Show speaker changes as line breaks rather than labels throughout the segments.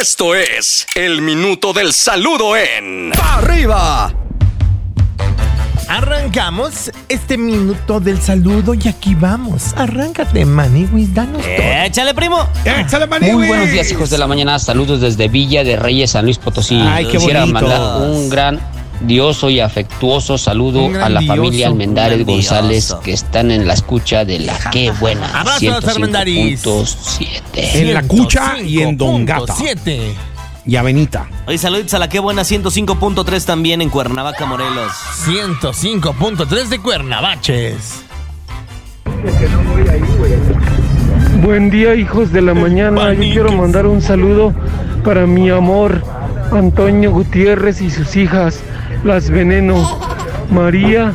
Esto es el minuto del saludo en
¡Arriba!
Arrancamos este minuto del saludo y aquí vamos. Arráncate, Maniwis, danos todo.
Échale, primo.
¡Échale, Maniwis!
Muy buenos días, hijos de la mañana. Saludos desde Villa de Reyes, San Luis Potosí.
Ay, qué
Quisiera
bonitos.
mandar un gran dioso y afectuoso saludo
Un
a la
grandioso,
familia Almendares
un grandioso.
González que están en la escucha de la Qué Buena.
Abrazo a los Armendáriz.
105.7.
En la cucha y en Don Gata.
7.
Y Avenita.
Oye, saludos a la que buena 105.3 también en Cuernavaca, Morelos.
105.3 de Cuernavaches.
Buen día, hijos de la mañana. Yo quiero mandar un saludo para mi amor, Antonio Gutiérrez y sus hijas, las Veneno, María,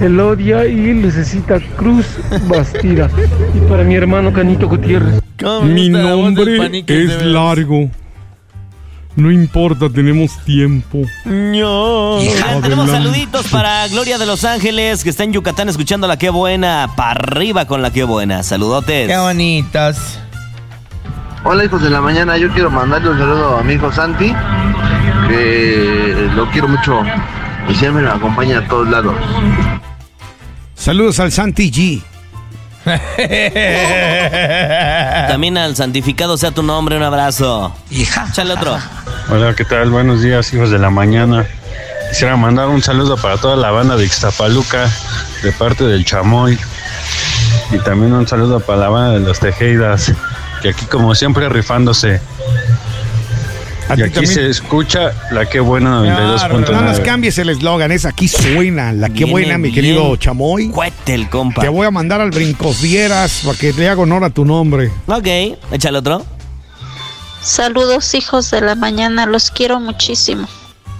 Elodia y Lucecita Cruz Bastida. Y para mi hermano Canito Gutiérrez.
¿Cómo me
Mi
gusta la voz del
nombre
Paniquis, de
es
veras?
largo. No importa, tenemos tiempo.
No.
Ah, tenemos
Adelante.
saluditos para Gloria de Los Ángeles, que está en Yucatán escuchando la que buena. Para arriba con la que buena. Saludotes.
Qué bonitas.
Hola hijos de la mañana, yo quiero mandarle un saludo a mi hijo Santi, que lo quiero mucho y siempre me acompaña a todos lados.
Saludos al Santi G.
También al santificado sea tu nombre, un abrazo. Hija. Échale otro.
Hola, ¿qué tal? Buenos días, hijos de la mañana. Quisiera mandar un saludo para toda la banda de Ixtapaluca, de parte del Chamoy. Y también un saludo para la banda de los Tejeidas, que aquí como siempre rifándose.
A
Y
ti
aquí
también.
se escucha la que buena
No nos
92.9.
cambies el eslogan, es aquí suena. La que
Viene
buena, mi
bien
querido Chamoy.
Cuete el compa.
Te voy a mandar al Brincosieras para que le haga honor a tu nombre.
Ok, échale otro.
Saludos hijos de la mañana, los quiero muchísimo.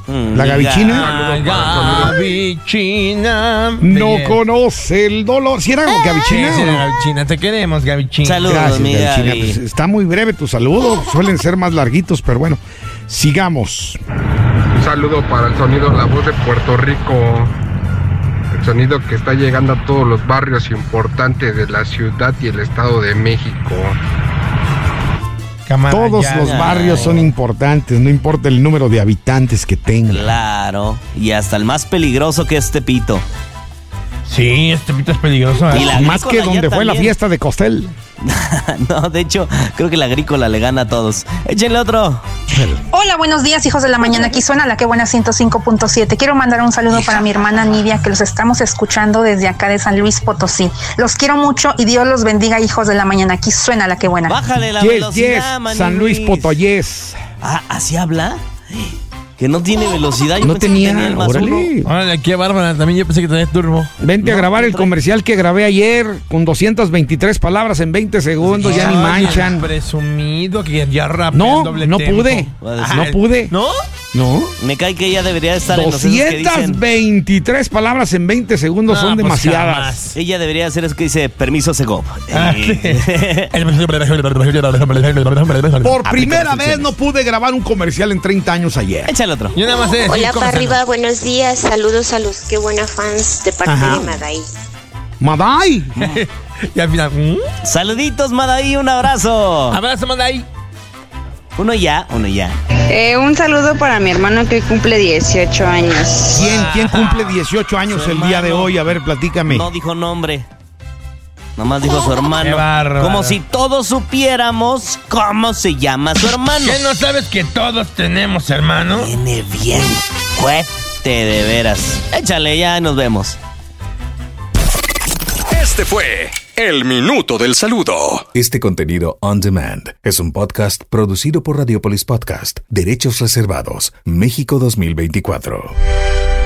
Mm,
La
diga.
Gavichina
Gaby China.
no
Te-
conoce el dolor. Si era con
¡Eh! Sí, sí,
Gavichina.
Gaby China, te queremos, Gaby China.
Saludos,
Gracias,
mi
Gavichina.
Gaby.
Pues está muy breve tu saludo. Suelen ser más larguitos, pero bueno. Sigamos.
Un saludo para el sonido La Voz de Puerto Rico. El sonido que está llegando a todos los barrios importantes de la ciudad y el estado de México.
Cámara,
Todos
ya,
los
ya.
barrios son importantes, no importa el número de habitantes que tengan.
Claro. Y hasta el más peligroso que este pito.
Sí, este pito es peligroso. ¿eh?
Y la
Más que
agrícola ya
donde fue la
también.
fiesta de Costel.
no, de hecho, creo que la agrícola le gana a todos. Échenle otro.
Hola, buenos días hijos de la mañana, aquí suena la que buena 105.7. Quiero mandar un saludo para mi hermana Nidia que los estamos escuchando desde acá de San Luis Potosí. Los quiero mucho y Dios los bendiga hijos de la mañana, aquí suena la que buena.
Bájale la
Yes, yes,
velocidad, Maniwis.
San Luis Potoyes.
Ah, ¿así habla? Que no tiene velocidad. Yo
No
pensé que
tenía,
el más uno.
órale.
Órale, qué bárbara. También yo pensé que tenés turbo.
Vente a grabar el comercial que grabé ayer con 223 palabras en 20 segundos, ya ni
Ay,
manchan.
el Presumido que ya rapeó
No,
en doble
no
tempo.
pude.
Ah,
No pude.
¿No?
No.
Me cae que ella debería estar en los esos que dicen.
223 palabras en 20 segundos
Ah,
son
pues
demasiadas.
jamás.
Ella debería hacer eso que dice permiso Eh, Segov.
Ah, sí. Ah,
Por primera vez no pude grabar un comercial en 30 años ayer.
Échale otro.
Yo nada más sé decir cosas,
buenos días, saludos a los que buena fans de parte
Ajá. de
Maday.
Maday.
¿no? Y al final, ¿mm?
Saluditos, Madaí, un
Ah.
abrazo.
Abrazo, manda ahí.
Uno ya, uno ya.
un saludo para mi hermano que cumple 18 años.
¿Quién, ¿Quién cumple 18 años
Su
el día de
hermano.
hoy? A ver, platícame.
No dijo nombre. Nomás dijo su hermano.
Qué bárbaro.
Como si todos supiéramos cómo se llama su hermano.
¿Qué no sabes que todos tenemos, hermano?
Viene bien. Cuete de veras. Échale, ya nos vemos.
Este fue el minuto del saludo.
Este contenido on demand es un podcast producido por Radiopolis Podcast, Derechos Reservados, México 2024.